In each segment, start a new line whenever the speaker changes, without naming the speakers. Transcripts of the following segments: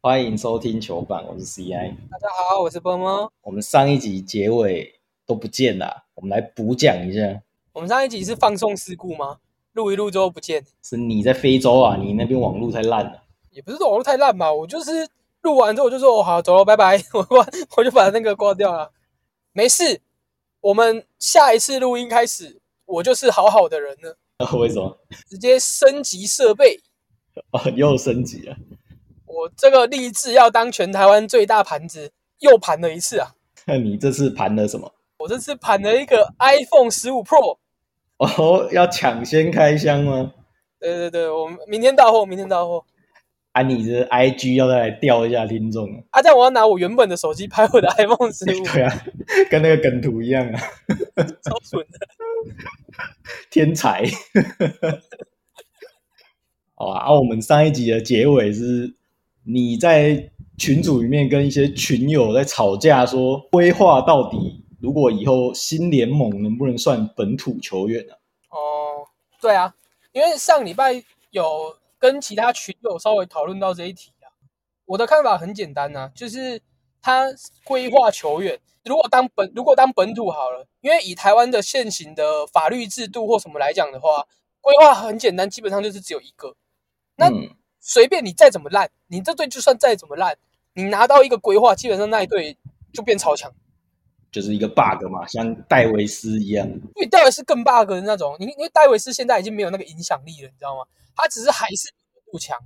欢迎收听球板，我是 CI。
大家好，我是波波。
我们上一集结尾都不见了，我们来补讲一下。
我们上一集是放送事故吗？录一录之后不见，
是你在非洲啊？你那边网络太烂了。
也不是说网络太烂吧，我就是录完之后我就说哦好，走了，拜拜， 我挂，我就把那个挂掉了。没事，我们下一次录音开始，我就是好好的人了，
为什么？
直接升级设备。
哦，又升级了。
我这个立志要当全台湾最大盘子，又盘了一次啊！
那你这次盘了什么？
我这次盘了一个 iPhone 十五 Pro。
哦，要抢先开箱吗？
对对对，我们明天到货，明天到货。
啊，你这 IG 要再来吊一下听众啊。
啊，这样我要拿我原本的手机拍我的 iPhone 十五，
对啊，跟那个梗图一样啊，
超蠢的。
天才。 好啊，啊，我们上一集的结尾是你在群组里面跟一些群友在吵架，说规划到底如果以后新联盟能不能算本土球员啊？
哦，对啊，因为上礼拜有跟其他群友稍微讨论到这一题啊。我的看法很简单啊，就是他规划球员，如果当本如果当本土好了，因为以台湾的现行的法律制度或什么来讲的话，规划很简单，基本上就是只有一个。那
嗯、
随便你再怎么烂，你这队就算再怎么烂，你拿到一个规划，基本上那一队就变超强。
就是一个 bug 嘛，像戴维斯一样。
因为戴维斯更 bug 的那种，你因为戴维斯现在已经没有那个影响力了，你知道吗？他只是还是不强。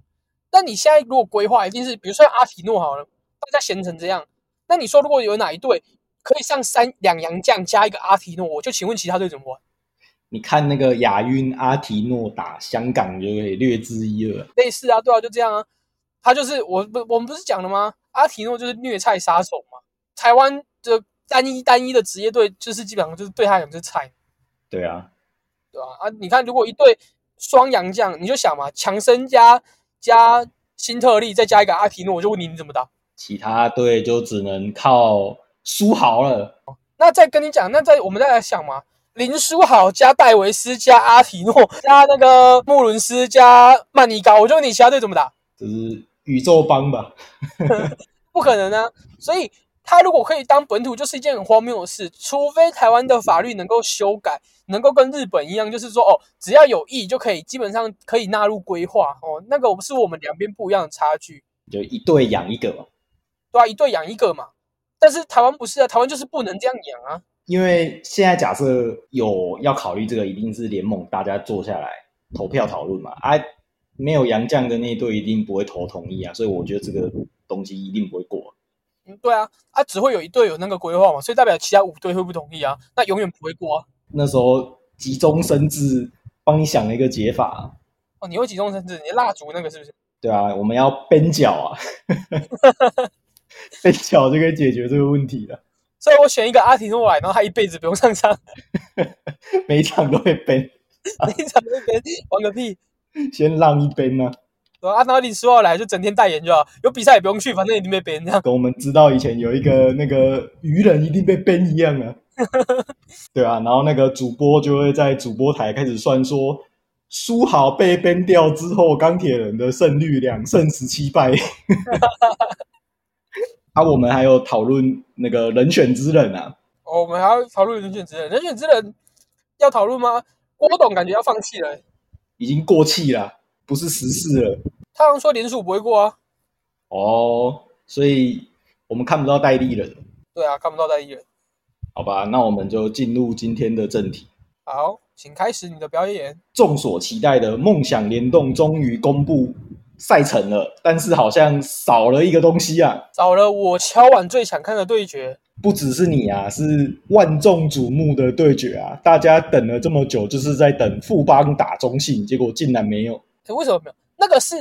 但你现在如果规划，一定是比如说阿提诺好了，大家闲成这样，那你说如果有哪一队可以上三两洋将加一个阿提诺，我就请问其他队怎么玩？
你看那个亚运阿提诺打香港，就可以略知一二。
类似啊，对啊，就这样啊。他就是我不我们不是讲了吗？阿提诺就是虐菜杀手嘛。台湾的单一单一的职业队，就是基本上就是对他来讲就是菜。
对啊，
对吧、啊？你看，如果一对双洋将，你就想嘛，强森加加辛特利，再加一个阿提诺，我就问你，你怎么打？
其他队就只能靠苏豪了。
那再跟你讲，那再我们再来想嘛，林书豪加戴维斯加阿提诺加那个穆伦斯加曼尼高，我就问你，其他队怎么打？
就是宇宙帮吧，
不可能啊！所以他如果可以当本土，就是一件很荒谬的事，除非台湾的法律能够修改，能够跟日本一样，就是说哦，只要有意就可以，基本上可以纳入规划哦。那个是我们两边不一样的差距。
就一队养一个嘛。
对啊，一队养一个嘛。但是台湾不是啊，台湾就是不能这样养啊。
因为现在假设有要考虑这个，一定是联盟大家坐下来投票讨论嘛。啊，没有杨将的那一队一定不会投同意啊，所以我觉得这个东西一定不会过。
嗯，对啊，啊，只会有一队有那个规划嘛，所以代表其他五队会不同意啊，那永远不会过啊。
那时候急中生智，帮你想了一个解法，
哦，你会集中成智，你蜡烛那个是不是？
对啊，我们要边角啊， 边角就可以解决这个问题了。
所以我选一个阿提诺来，然后他一辈子不用上场，
每一场都会边，
每一场那边玩个屁。
先让一边呢、
对啊，啊然后你说要来就整天代言就好，有比赛也不用去，反正已经被别人这样。
跟我们知道以前有一个那个愚人一定被 ban 一样 啊，对啊，然后那个主播就会在主播台开始算说，苏豪被 ban 掉之后，钢铁人的胜率两胜十七 败。啊，我们还有讨论那个人选之人啊，
哦，我们还要讨论人选之人，人选之人要讨论吗？郭董感觉要放弃了、欸
已经过气了，不是时事了
他好像说联署不会过啊。
哦，所以我们看不到代理人，
对啊，看不到代言人。
好吧？那我们就进入今天的正题。
好，请开始你的表演。
众所期待的梦想联动终于公布赛程了，但是好像少了一个东西啊！
找了我敲碗最想看的对决，
不只是你啊，是万众瞩目的对决啊！大家等了这么久，就是在等富邦打中信，结果竟然没有。
诶为什么没有？那个是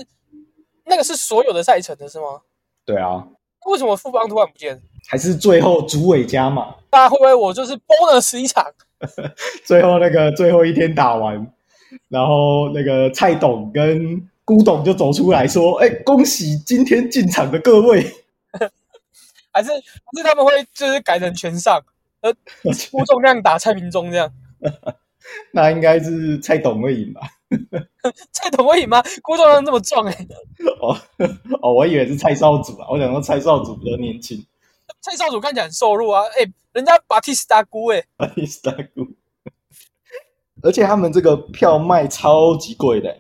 那个是所有的赛程的是吗？
对啊，
为什么富邦突然不见？
还是最后主委加码，
大家会不会我就是 bonus 一场？
最后那个最后一天打完，然后那个蔡董跟辜董就走出来说：“哎，恭喜今天进场的各位。
还是还是他们会就是改成全上，呃，”出重量打蔡明忠这样？
那应该是蔡董会赢吧？
蔡董会赢吗？郭正亮这么壮哎、
哦 哦，我以为是蔡少主啊，我想说蔡少主比较年轻，
蔡少主看起来很瘦弱啊，哎、人家把 T 斯达姑哎，
巴蒂斯塔古。而且他们这个票卖超级贵的、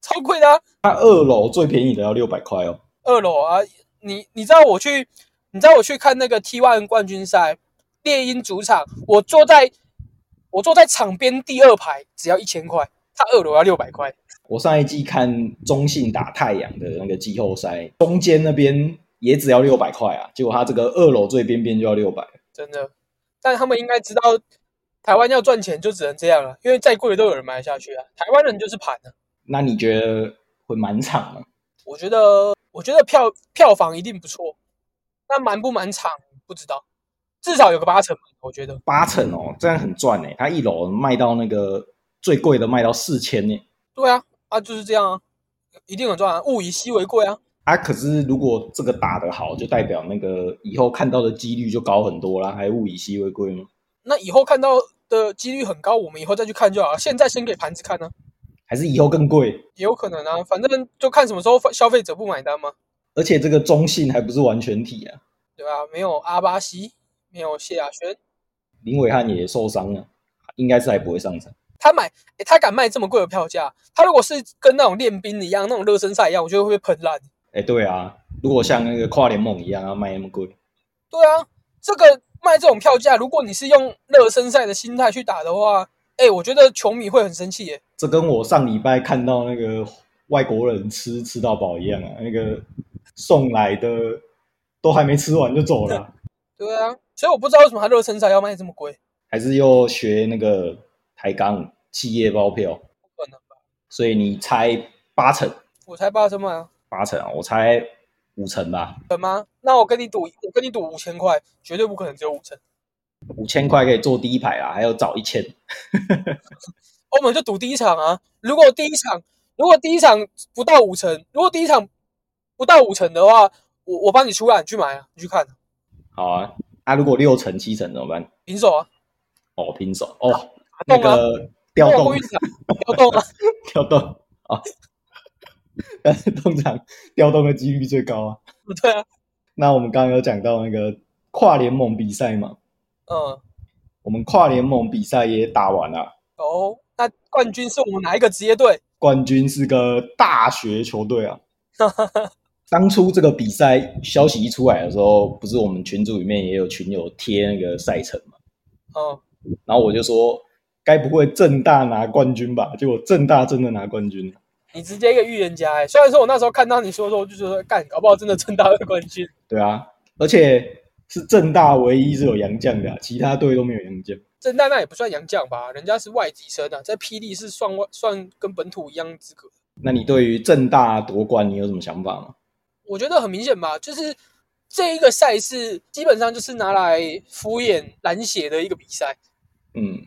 超贵的、啊，
它二楼最便宜的要六百块哦。
二楼啊，你你知道我去，你知道我去看那个 T1 冠军赛，猎鹰主场，我坐在我坐在场边第二排，只要一千块，他二楼要六百块，
我上一季看中信打太阳的那个季后赛，中间那边也只要六百块啊，结果他这个二楼最边边就要六百。
真的。但他们应该知道，台湾要赚钱就只能这样了、因为再贵的都有人买得下去啊，台湾人就是盘啊。
那你觉得会满场吗？
我觉得，我觉得票票房一定不错，那满不满场不知道，至少有个八成吧，我觉得。
八成哦，这样很赚呢、他一楼卖到那个最贵的卖到四千欸呢。
对啊，啊就是这样啊，一定很赚啊，物以稀为贵啊。
啊，可是如果这个打得好，就代表那个以后看到的几率就高很多啦，还物以稀为贵吗？
那以后看到的几率很高，我们以后再去看就好了。现在先给盘子看呢、
还是以后更贵？
也有可能啊，反正就看什么时候消费者不买单嘛，
而且这个中信还不是完全体啊，
对吧、没有阿巴西，没有谢亚轩，
林伟汉也受伤了，应该是还不会上场。
他买，诶他敢卖这么贵的票价，他如果是跟那种练兵一样，那种热身赛一样，我觉得会被喷烂。
哎，对啊，如果像那个跨联盟一样啊，卖那么贵，
对啊，这个卖这种票价，如果你是用热身赛的心态去打的话，哎、我觉得球迷会很生气耶。
这跟我上礼拜看到那个外国人吃吃到饱一样啊，那个送来的都还没吃完就走了啊、
对啊，所以我不知道为什么他热身赛要卖这么贵，
还是又学那个台钢企业包票，
不可能吧？
所以你猜八成，
我才八成嘛，
八成啊，我猜五成吧，
怎么？那我跟你赌，我跟你赌五千块，绝对不可能只有五成。
五千块可以坐第一排啊，还有找一千，
我们就赌第一场啊。如果第一场，如果第一场不到五成，如果第一场不到五成的话，我我帮你出啊，你去买啊，你去看啊，
好啊，啊如果六成七成怎么办？
平手啊，
哦，平手哦，那
动啊
个调
过
动
一场，要动啊，
调动啊， 但是通常调动的几率最高啊。
对啊，
那我们刚刚有讲到那个跨联盟比赛嘛，
嗯，
我们跨联盟比赛也打完了，
哦，那冠军是我们哪一个职业队？
冠军是个大学球队 啊。当初这个比赛消息一出来的时候，不是我们群组里面也有群友贴那个赛程嘛，
嗯，
然后我就说，该不会正大拿冠军吧？结果正大真的拿冠军了，啊
你直接一个预言家哎、虽然说我那时候看到你说的时候，我就觉得干，搞不好真的正大会冠军。
对啊，而且是正大唯一是有洋将的啊、其他队都没有洋将。
正大那也不算洋将吧，人家是外籍生啊，在霹雳是算外算跟本土一样资格。
那你对于正大夺冠，你有什么想法吗？
我觉得很明显吧，就是这一个赛事基本上就是拿来敷衍蓝血的一个比赛。
嗯，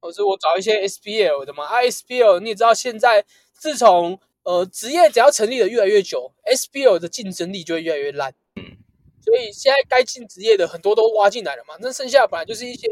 或是我找一些 SBL 的嘛，啊 SBL 你也知道，现在自从呃职业只要成立的越来越久，SBL 的竞争力就会越来越烂。所以现在该进职业的很多都挖进来了嘛，那剩下本来就是一些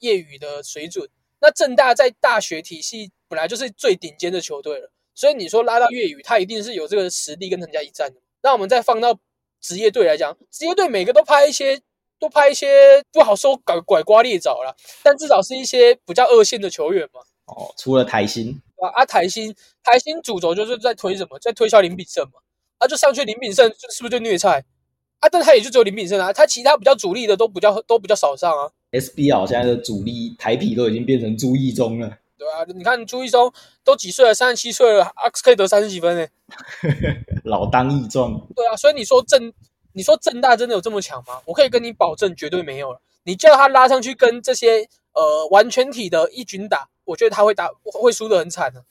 业余的水准。那正大在大学体系本来就是最顶尖的球队了，所以你说拉到业余，他一定是有这个实力跟人家一战的。那我们再放到职业队来讲，职业队每个都拍一些，都拍一些不好说拐拐瓜裂枣啦，但至少是一些比较二线的球员嘛，
哦，除了台新，
对吧？啊，台新台新主轴就是在推什么，在推销林炳胜嘛，啊，就上去林炳胜就是不是就虐菜啊？但他也就只有林炳胜啊，他其他比较主力的都比较都比较少上啊，
SBL 现在的主力台皮都已经变成朱义中了，
对啊，你看朱一松都几岁了，三十七岁了，啊，可以得三十几分呢、
老当益壮。
对啊，所以你说正，你说正大真的有这么强吗？我可以跟你保证，绝对没有了。你叫他拉上去跟这些呃完全体的一军打，我觉得他会打会输得很惨的，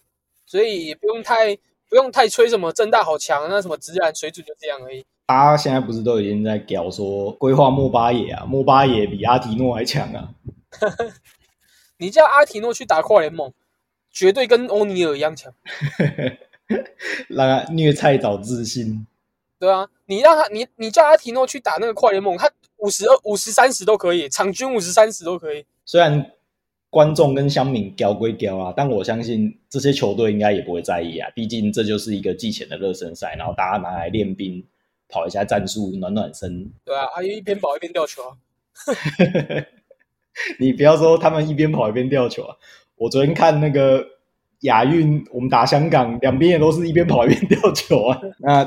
所以也不用太不用太吹什么正大好强，啊那什么直然水准就这样而已。
大家现在不是都已经在屌说规划莫巴野啊，莫巴野比阿提诺还强啊，
你叫阿提诺去打跨联盟，绝对跟欧尼尔一样强，
让他虐菜找自信。
对啊，你让他你你叫阿提诺去打那个跨联盟，他五十二、五十三十都可以，场均五十三十都可以。
虽然观众跟乡民屌归屌啊，但我相信这些球队应该也不会在意啊，毕竟这就是一个季前的热身赛，然后大家拿来练兵，跑一下战术，暖暖身。
对啊，他一边跑一边吊球啊，
你不要说他们一边跑一边吊球啊！我昨天看那个亚运，我们打香港，两边也都是一边跑一边吊球啊。那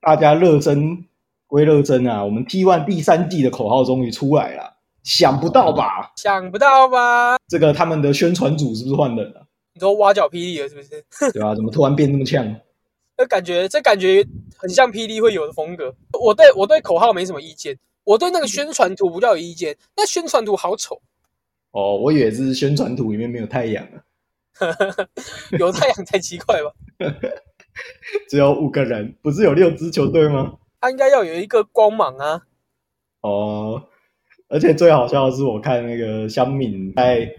大家热身归热身啊，我们 T1 第三季的口号终于出来了，想不到吧？
想不到吧？
这个他们的宣传组是不是换人了、
你都挖角霹雳了是不是？
对啊吧、怎么突然变那么呛？
那感觉这感觉很像霹雳会有的风格。我对我对口号没什么意见，我对那个宣传图比较有意见。那宣传图好丑，
哦，我以为是宣传图里面没有太阳啊，
有太阳才奇怪吧？
只有五个人，不是有六支球队吗？
它应该要有一个光芒啊！
哦，而且最好笑的是，我看那个香敏在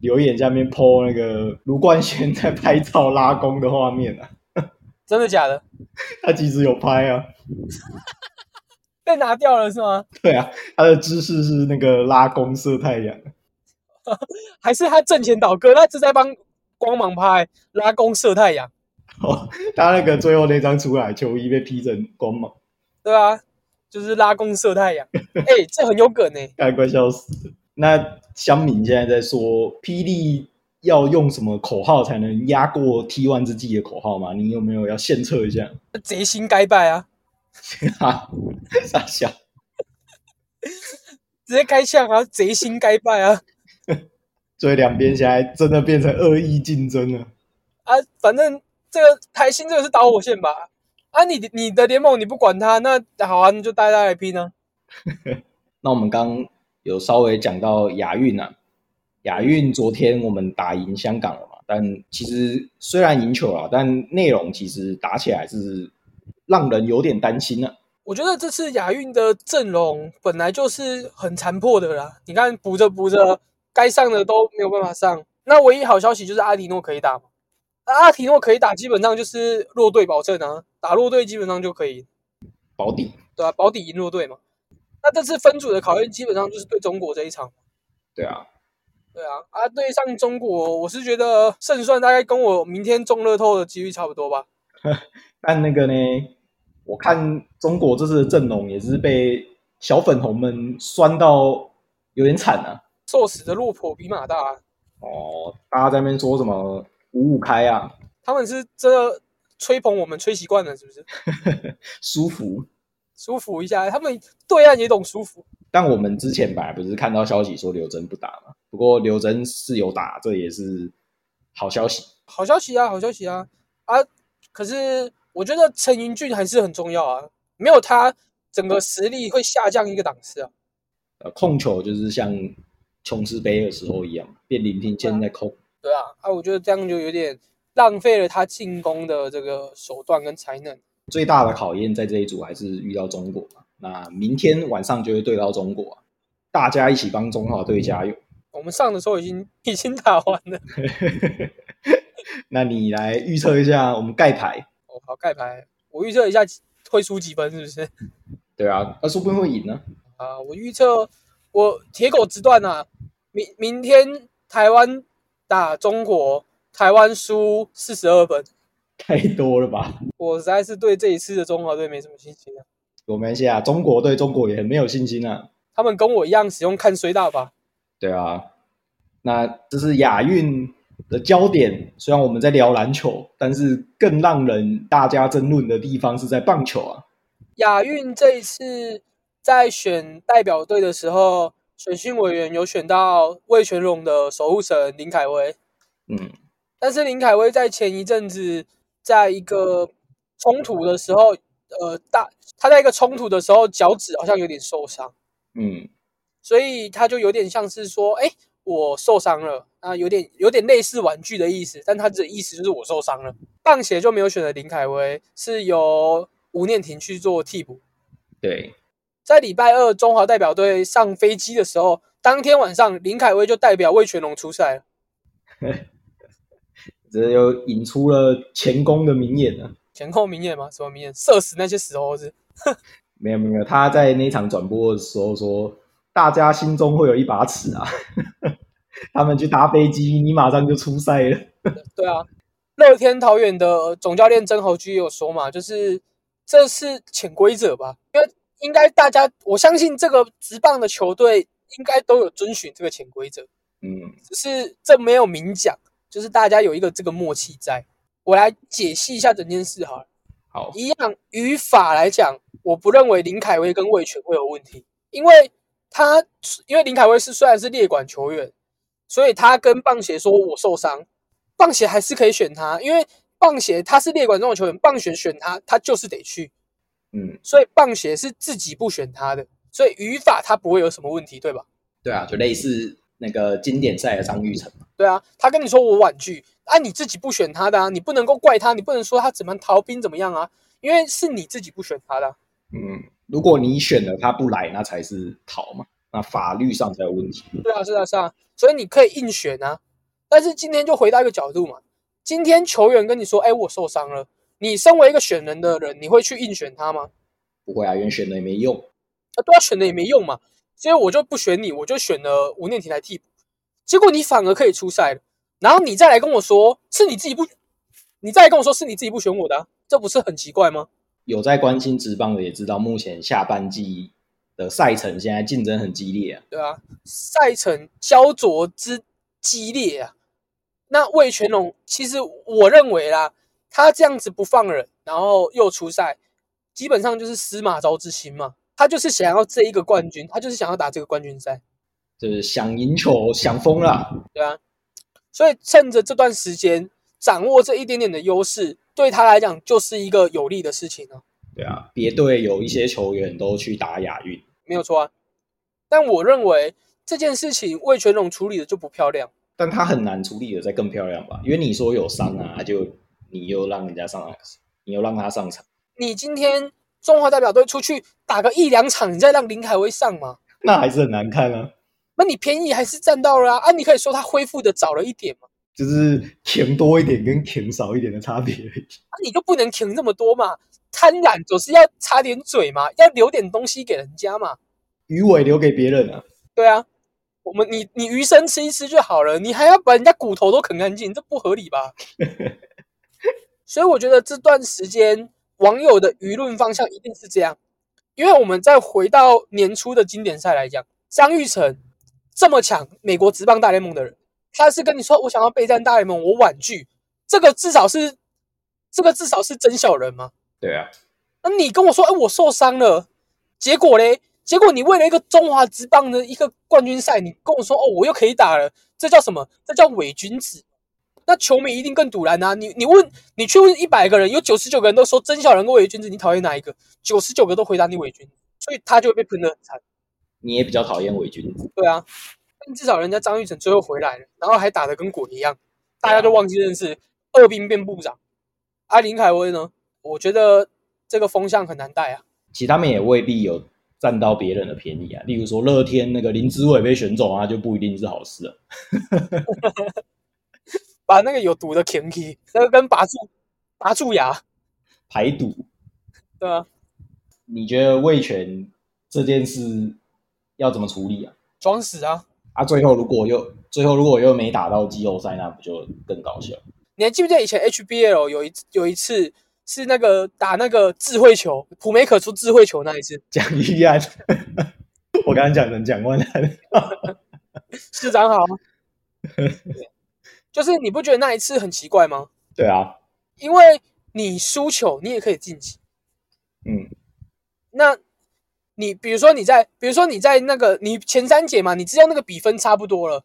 留言下面 po 那个卢冠轩在拍照拉弓的画面啊，
真的假的？
他其实有拍啊，
被拿掉了是吗？
对啊，他的姿势是那个拉弓射太阳，
还是他挣钱倒戈？他是在帮光芒拍拉弓射太阳，
哦，他那个最后那张出来，球衣被劈成光芒，
对啊，就是拉弓射太阳。哎、这很有梗哎、
哎，快笑死了。那香敏现在在说霹雳。要用什么口号才能压过 T one 之季的口号吗？你有没有要献策一下？
贼心该败啊！
哈，傻笑。
直接开枪啊！贼心该败啊！
所以两边现在真的变成恶意竞争了。
啊，反正这个台新这个是导火线吧？啊你，你的联盟你不管他，那好啊，那就大家来拼啊！
那我们刚有稍微讲到亚运啊，亚运昨天我们打赢香港了嘛，但其实虽然赢球了，但内容其实打起来是让人有点担心啊了。
我觉得这次亚运的阵容本来就是很残破的啦，你看补着补着，该上的都没有办法上。那唯一好消息就是阿提诺可以打嘛，那阿提诺可以打，基本上就是弱队保证啊，打弱队基本上就可以，
保底
对吧、保底赢弱队嘛。那这次分组的考验基本上就是对中国这一场。
对啊，
对啊，啊，对上中国，我是觉得胜算大概跟我明天中乐透的几率差不多吧。
但那个呢，我看中国这次的阵容也是被小粉红们酸到有点惨啊。
瘦死的骆驼比马大啊、
哦，大家在那边说什么五五开啊，
他们是真的吹捧我们吹习惯了，是不是？
舒服。
舒服一下，他们对岸也懂舒服。
但我们之前本来不是看到消息说刘真不打嘛？不过刘真是有打，这也是好消息。
好消息啊，好消息啊啊！可是我觉得陈云俊还是很重要啊，没有他，整个实力会下降一个档次啊。
呃，控球就是像琼斯杯的时候一样，变林庭坚在控。
对啊，啊，我觉得这样就有点浪费了他进攻的这个手段跟才能。
最大的考验在这一组还是遇到中国嘛？那明天晚上就会对到中国啊、大家一起帮中华队加油。
我们上的时候已经已经打完了。
那你来预测一下我们盖牌，
哦，好盖牌，我预测一下会输几分，是不是？
对啊，那说不定会赢呢、
啊，我预测我铁口直断啊，明明天台湾打中国，台湾输四十二分，
太多了吧？
我实在是对这一次的中华队没什么信心啊。
我们现在中国对中国也很没有信心啊。
他们跟我一样使用看衰大法，
对啊，那这是亚运的焦点。虽然我们在聊篮球，但是更让人大家争论的地方是在棒球啊。
亚运这一次在选代表队的时候，选训委员有选到魏全龙的守护神林凯威，
嗯，
但是林凯威在前一阵子在一个冲突的时候，呃，大他在一个冲突的时候脚趾好像有点受伤，
嗯，
所以他就有点像是说，哎，我受伤了啊，有点有点类似玩具的意思，但他的意思就是我受伤了。棒协就没有选择林凯威，是由吴念婷去做替补。
对，
在礼拜二中华代表队上飞机的时候，当天晚上林凯威就代表魏全龙出赛了。
这又引出了前攻的名言啊。
前后名言吗？什么名言？射死那些死猴子！
没有没有没有，他在那一场转播的时候说，大家心中会有一把尺啊。 他们去搭飞机，你马上就出赛了。
对啊，乐天桃园的总教练曾侯居也有说嘛，就是这是潜规则吧？因为应该大家，我相信这个职棒的球队应该都有遵循这个潜规则，
嗯，
只是这没有明讲，就是大家有一个这个默契在。我来解析一下整件事好了。
好，
一样语法来讲，我不认为林凯威跟魏权会有问题，因为他因为林凯威是虽然是列管球员，所以他跟棒协说我受伤，棒协还是可以选他，因为棒协他是列管中的球员，棒协选他，他就是得去，
嗯，
所以棒协是自己不选他的，所以语法他不会有什么问题，对吧？
对啊，就类似那个经典赛的张玉成嘛。
对啊，他跟你说我婉拒，啊，你自己不选他的啊，你不能够怪他，你不能说他怎么逃兵怎么样啊，因为是你自己不选他的啊、
嗯，如果你选了他不来，那才是逃嘛，那法律上才有问题。
对啊，是啊，是啊，所以你可以硬选啊。但是今天就回到一个角度嘛，今天球员跟你说：“哎，我受伤了。”你身为一个选人的人，你会去硬选他吗？
不会啊，原选了也没用。
啊，对啊，选了也没用嘛，所以我就不选你，我就选了吴念婷来替补。结果你反而可以出赛了，然后你再来跟我说是你自己不，你再来跟我说是你自己不选我的、啊，这不是很奇怪吗？
有在关心职棒的也知道，目前下半季的赛程现在竞争很激烈啊。
对啊，赛程焦灼之激烈啊。那魏全龙，其实我认为啦，他这样子不放人，然后又出赛，基本上就是司马昭之心嘛。他就是想要这一个冠军，他就是想要打这个冠军赛，
就是想赢球想疯了啊，
对啊。所以趁着这段时间，掌握这一点点的优势，对他来讲就是一个有利的事情啊，
对啊，别队有一些球员都去打亚运，
没有错啊。但我认为这件事情魏全龙处理的就不漂亮。
但他很难处理的再更漂亮吧？因为你说有伤啊，就你又让人家上场，你又让他上场，
你今天中华代表队出去打个一两场，你再让林凯威上嘛？
那还是很难看啊。
那你便宜还是占到了啊？啊，你可以说他恢复的早了一点嘛？
就是甜多一点跟甜少一点的差别而已。
啊，你就不能停这么多嘛？贪婪总是要插点嘴嘛，要留点东西给人家嘛？
鱼尾留给别人啊，
对啊，我们你你鱼生吃一吃就好了，你还要把人家骨头都啃干净，这不合理吧？所以我觉得这段时间网友的舆论方向一定是这样，因为我们再回到年初的经典赛来讲，张玉成这么强，美国职棒大联盟的人，他是跟你说我想要备战大联盟，我婉拒，这个至少是这个至少是真小人嘛？
对啊，
那你跟我说，哎，我受伤了，结果嘞，结果你为了一个中华职棒的一个冠军赛，你跟我说，哦，我又可以打了，这叫什么？这叫伪君子。那球迷一定更堵然呐、你你问，你去问一百个人，有九十九个人都说真小人跟伪君子，你讨厌哪一个？九十九个都回答你伪君子，所以他就会被喷得很惨。
你也比较讨厌伪君子，
对啊，但至少人家张玉成最后回来了，然后还打得跟鬼一样，大家都忘记认识，二兵变部长。啊，林凯威呢？我觉得这个风向很难带啊。
其实他们也未必有占到别人的便宜啊。例如说乐天那个林志伟被选走啊，就不一定是好事啊。
把那个有毒的舔起，那个跟拔蛀拔蛀牙，
排毒，
对吧、啊？
你觉得魏权这件事要怎么处理啊？
装死啊！
啊，最后如果又最后如果又没打到季后赛，那不就更搞笑？
你还记不记得以前 HBL 有一有一次是那个打那个智慧球，普梅可出智慧球那一次，
蒋玉安， 我刚刚讲成蒋万安，
市长好，啊对就是你不觉得那一次很奇怪吗？
对啊，
因为你输球，你也可以晋级。
嗯，
那你比如说你在，比如说你在那个你前三节嘛，你知道那个比分差不多了，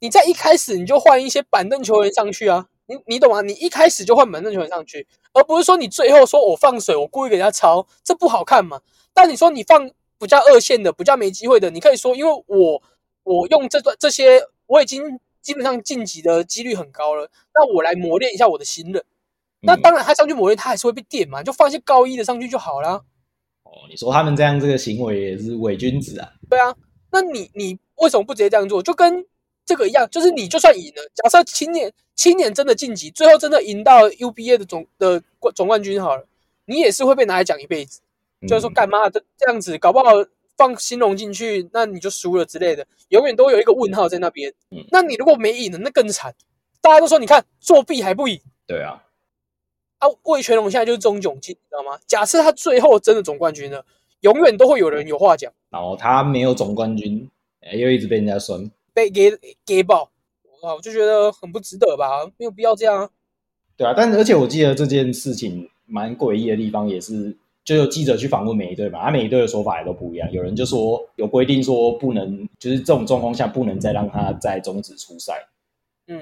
你在一开始你就换一些板凳球员上去啊，你你懂吗？你一开始就换板凳球员上去，而不是说你最后说我放水，我故意给人家抄，这不好看嘛。但你说你放不叫二线的，不叫没机会的，你可以说因为我我用这段这些我已经基本上晋级的几率很高了，那我来磨练一下我的新人。那
嗯
当然，他上去磨练，他还是会被电嘛，你就放一些高一的上去就好啦。
哦，你说他们这样这个行为也是伪君子啊？
那你你为什么不直接这样做？就跟这个一样，就是你就算赢了，假设青年青年真的晋级，最后真的赢到 UBA 的总的冠总冠军好了，你也是会被拿来讲一辈子。
嗯
就是说，干嘛这这样子，搞不好放兴农进去，那你就输了之类的，永远都有一个问号在那边。
嗯
那你如果没赢了，那更惨。大家都说你看作弊还不赢
对啊，
啊！魏全龙现在就是中窘境，你知道吗？假设他最后真的总冠军了，永远都会有人有话讲，
然后他没有总冠军，哎又一直被人家酸。
被给给爆，啊，我就觉得很不值得吧，没有必要这样啊。
对啊，但而且我记得这件事情蛮诡异的地方，也是就有记者去访问每一队嘛，他每一队的说法也都不一样。有人就说有规定说不能，就是这种状况下不能再让他再终止出赛，
嗯，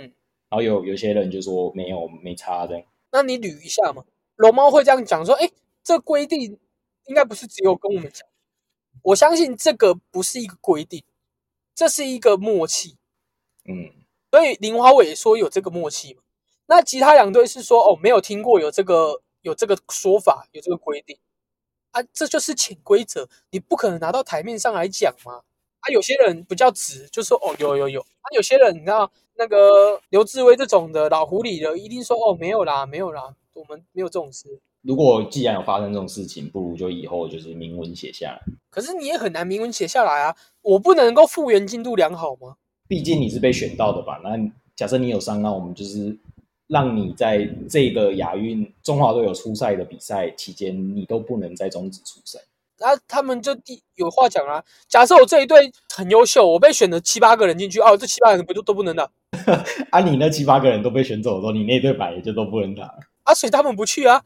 然后有有些人就说没有没差这样。
那你捋一下嘛。龙猫会这样讲说：“哎，这规定应该不是只有跟我们讲，我相信这个不是一个规定，这是一个默契。
嗯，
所以林华伟也说有这个默契嘛。那其他两队是说哦，没有听过有这个有这个说法，有这个规定啊，这就是潜规则，你不可能拿到台面上来讲嘛。啊，有些人比较直，就说哦有有有，啊有些人你知道那个刘志威这种的老狐狸的，一定说哦没有啦没有啦，我们没有这种事。
如果既然有发生这种事情，不如就以后就是明文写下来，
可是你也很难明文写下来啊，我不能够复原进度良好吗？
毕竟你是被选到的吧？那假设你有伤，那我们就是让你在这个亚运中华队有出赛的比赛期间，你都不能再终止出赛。
然后啊他们就第有话讲啦、假设我这一队很优秀，我被选了七八个人进去，哦，这七八个人不就都不能打
啊，你那七八个人都被选走的时候，你那队板也就都不能打，
啊？所以他们不去啊？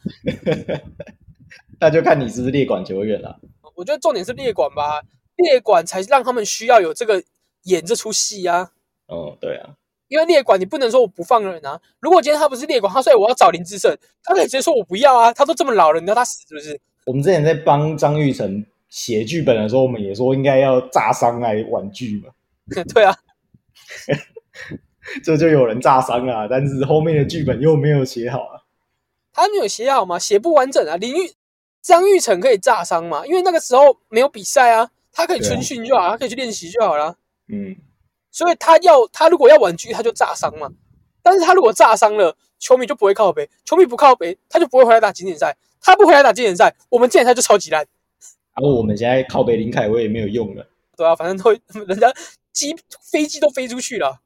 那就看你是不是列管球员了、
我觉得重点是列管吧，列管才让他们需要有这个演这出戏啊。
嗯，对啊，
因为列管你不能说我不放人啊。如果今天他不是列管，他说哎我要找林志胜，他可以直接说我不要啊。他都这么老了，你要他死是不是？
我们之前在帮张玉成写剧本的时候，我们也说应该要炸伤来玩剧嘛，
对啊，
这就有人炸伤了、啊但是后面的剧本又没有写好啊。
他没有写好吗？写不完整啊。林玉张玉成可以炸伤嘛？因为那个时候没有比赛啊，他可以
对啊
春训就好了，他可以去练习就好了。啊
嗯，
所以他要他如果要玩剧，他就炸伤嘛。但是他如果炸伤了，球迷就不会靠北，球迷不靠北，他就不会回来打经典赛，他不回来打经典赛，我们经典赛就超级烂，
然、后我们现在靠北林凯威也没有用了，
对啊，反正都 人家机飞机都飞出去了，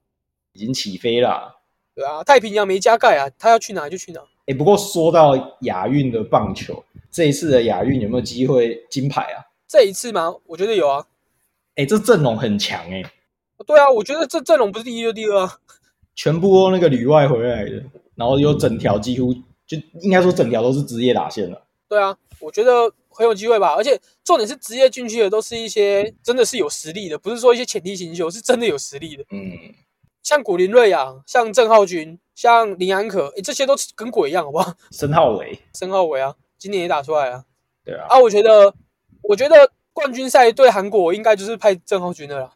已经起飞了、
对啊，太平洋没加盖啊，他要去哪就去哪。
哎，不过说到亚运的棒球，这一次的亚运有没有机会金牌啊？
这一次吗？我觉得有啊，
哎，这阵容很强哎、
对啊，我觉得这阵容不是第一就第二啊，
全部都那个旅外回来的，然后有整条几乎就应该说整条都是职业打线了。
对啊，我觉得很有机会吧。而且重点是职业进去的都是一些真的是有实力的，不是说一些潜力新秀，是真的有实力的。
嗯，
像古林瑞阳、像郑浩君、像林安可，诶这些都跟鬼一样，好不好？
申浩伟，
申浩伟啊，今年也打出来了
对啊，
啊。我觉得，我觉得冠军赛对韩国应该就是派郑浩君的啦。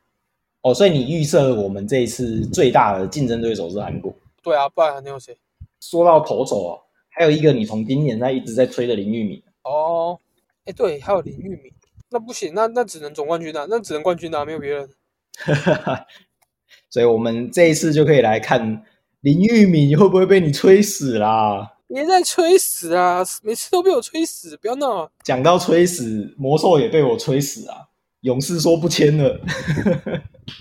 哦，所以你预设我们这一次最大的竞争对手是韩国。
对啊，不然还能有谁？
说到投手啊，还有一个你从今年在一直在吹的林玉敏，
哦，哎，对，还有林玉明，那不行，那那只能总冠军啊，那只能冠军啊，没有别人。
所以我们这一次就可以来看林玉敏会不会被你吹死啦。
别再吹死啊！每次都被我吹死，不要闹啊！
讲到吹死，魔兽也被我吹死啊！勇士说不签了，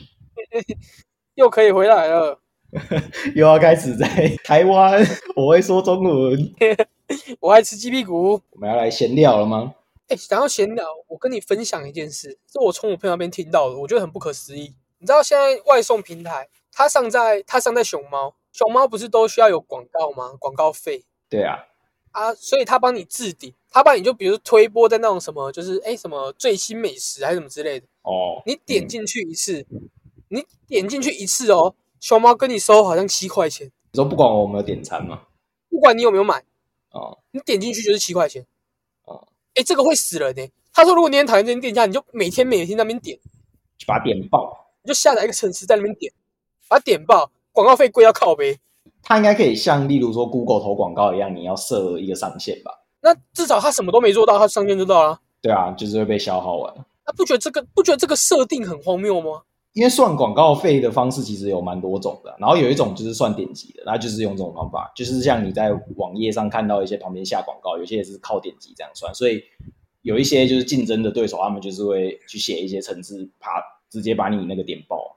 又可以回来了，
又要开始在台湾，我会说中文，
我爱吃鸡屁股。
我们要来闲聊了吗？
哎，然后闲聊，我跟你分享一件事，这我从我朋友那边听到的，我觉得很不可思议。你知道现在外送平台，它上在它上在熊猫，熊猫不是都需要有广告吗？广告费
对啊，
啊，所以它帮你置顶，它帮你就比如说推播在那种什么，就是哎什么最新美食还是什么之类的，
哦，
你点进去一次，你点进去一次哦，熊猫跟你收好像七块钱，
你说不管我们有点餐吗？
不管你有没有买，
哦，
你点进去就是七块钱。
哦，
哎，这个会死人呢、他说如果你很讨厌这间店家，你就每天每天在那边点。
就把它点爆，
你就下载一个程式在那边点，把它点爆，广告费贵要靠呗。
它应该可以像例如说 Google 投广告一样，你要设一个上限吧？
那至少他什么都没做到，他上线就到了。
对啊，就是会被消耗完。
那不觉得这个不觉得这个设定很荒谬吗？
因为算广告费的方式其实有蛮多种的，然后有一种就是算点击的，它就是用这种方法，就是像你在网页上看到一些旁边下广告，有些也是靠点击这样算，所以有一些就是竞争的对手，他们就是会去写一些程式，把直接把你那个点爆。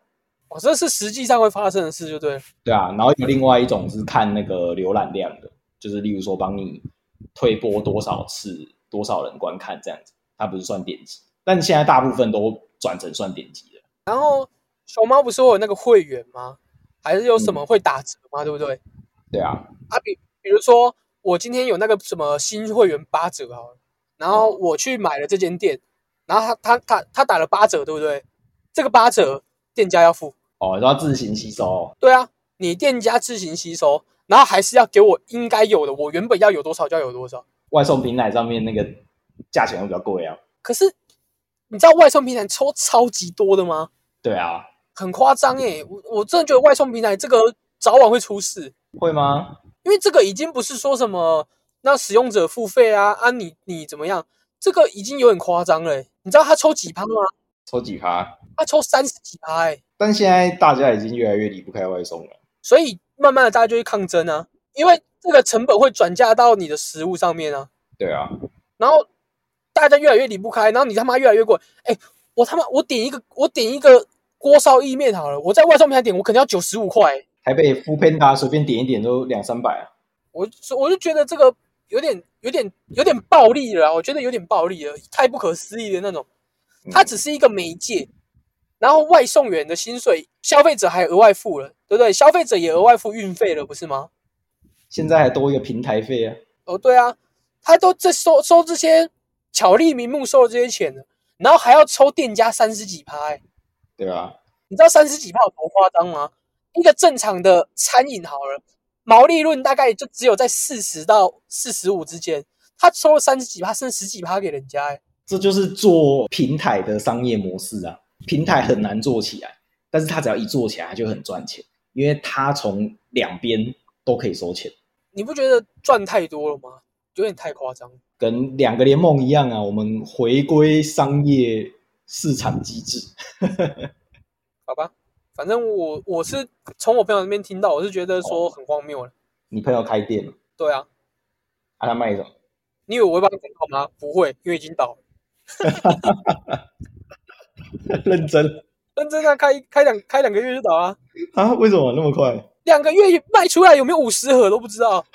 哦，这是实际上会发生的事，就对了。
对啊，然后有另外一种是看那个浏览量的，就是例如说帮你推播多少次、多少人观看这样子，它不是算点击，但现在大部分都转成算点击了。
然后熊猫不是有那个会员吗？还是有什么会打折吗？对不对？
对啊，
啊，比比如说我今天有那个什么新会员八折好了，然后我去买了这间店，然后他他他他打了八折，对不对？这个八折店家要付，
哦，然后自行吸收哦，
对啊，你店家自行吸收，然后还是要给我应该有的，我原本要有多少就要有多少。
外送平台上面那个价钱会比较贵啊。
可是你知道外送平台抽超级多的吗？
对啊，
很夸张诶，我我真的觉得外送平台这个早晚会出事。
会吗？
因为这个已经不是说什么那使用者付费啊啊你你怎么样，这个已经有点夸张了欸、你知道他抽几趴吗？
抽几趴？
他抽三十几趴哎、
但现在大家已经越来越离不开外送了。
所以慢慢的大家就会抗争啊，因为这个成本会转嫁到你的食物上面啊，
对啊，
然后大家越来越离不开，然后你他妈越来越贵，哎、我他妈我点一个我点一个锅烧意面好了，我在外送平台点我肯定要九十五块欸、
台北 f o o Panda 随便点一点都两三百啊。
我就我就觉得这个有点有点有点暴力了啊，我觉得有点暴力了，太不可思议的那种。
嗯
它只是一个媒介，然后外送员的薪水，消费者还额外付了，对不对？消费者也额外付运费了，不是吗？
现在还多一个平台费啊。
哦，对啊，他都这收收这些巧立名目收了这些钱了，然后还要抽店家三十几趴、欸，
对啊，
你知道三十几趴有多夸张吗？一个正常的餐饮好了，毛利润大概就只有在四十到四十五之间，他抽了三十几趴，剩十几趴给人家、欸，
这就是做平台的商业模式啊。平台很难做起来，但是它只要一做起来，它就很赚钱，因为它从两边都可以收钱，
你不觉得赚太多了吗？有点太夸张了。
跟两个联盟一样啊。我们回归商业市场机制，
好吧，反正我我是从我朋友那边听到，我是觉得说很荒谬了。
你朋友开店了，
对啊，
啊，他卖什么？
你以为我会帮你广告吗？不会，因为已经倒了。
认真
认真啊，开开两开两个月就倒啊，
啊？为什么那么快？
两个月卖出来有没有五十盒都不知道。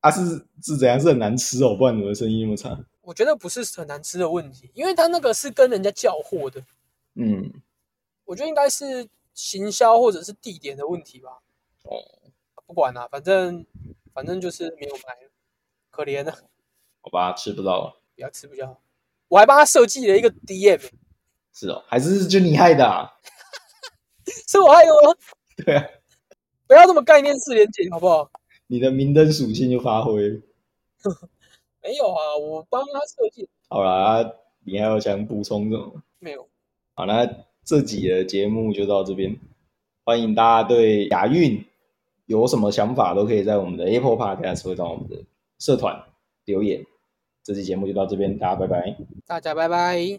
啊，是是怎样？是很难吃哦，不然你的生意那么差。
我觉得不是很难吃的问题，因为他那个是跟人家叫货的，
嗯，
我觉得应该是行销或者是地点的问题吧。
哦，
不管啦、反正反正就是没有买，可怜啊，
好吧，吃不到了
不要吃不好。我还帮他设计了一个 DM，
是哦，还是就你害的、啊？
是我害的吗？
对啊，
不要这么概念式连接好不好？
你的明灯属性就发挥了。
没有啊，我帮他设计
好啦，啊你还有想补充什么？
没有。
好，那这集的节目就到这边。欢迎大家对亚运有什么想法，都可以在我们的 Apple Podcast 或者我们的社团留言。这期节目就到这边，大家拜拜。
大家拜拜。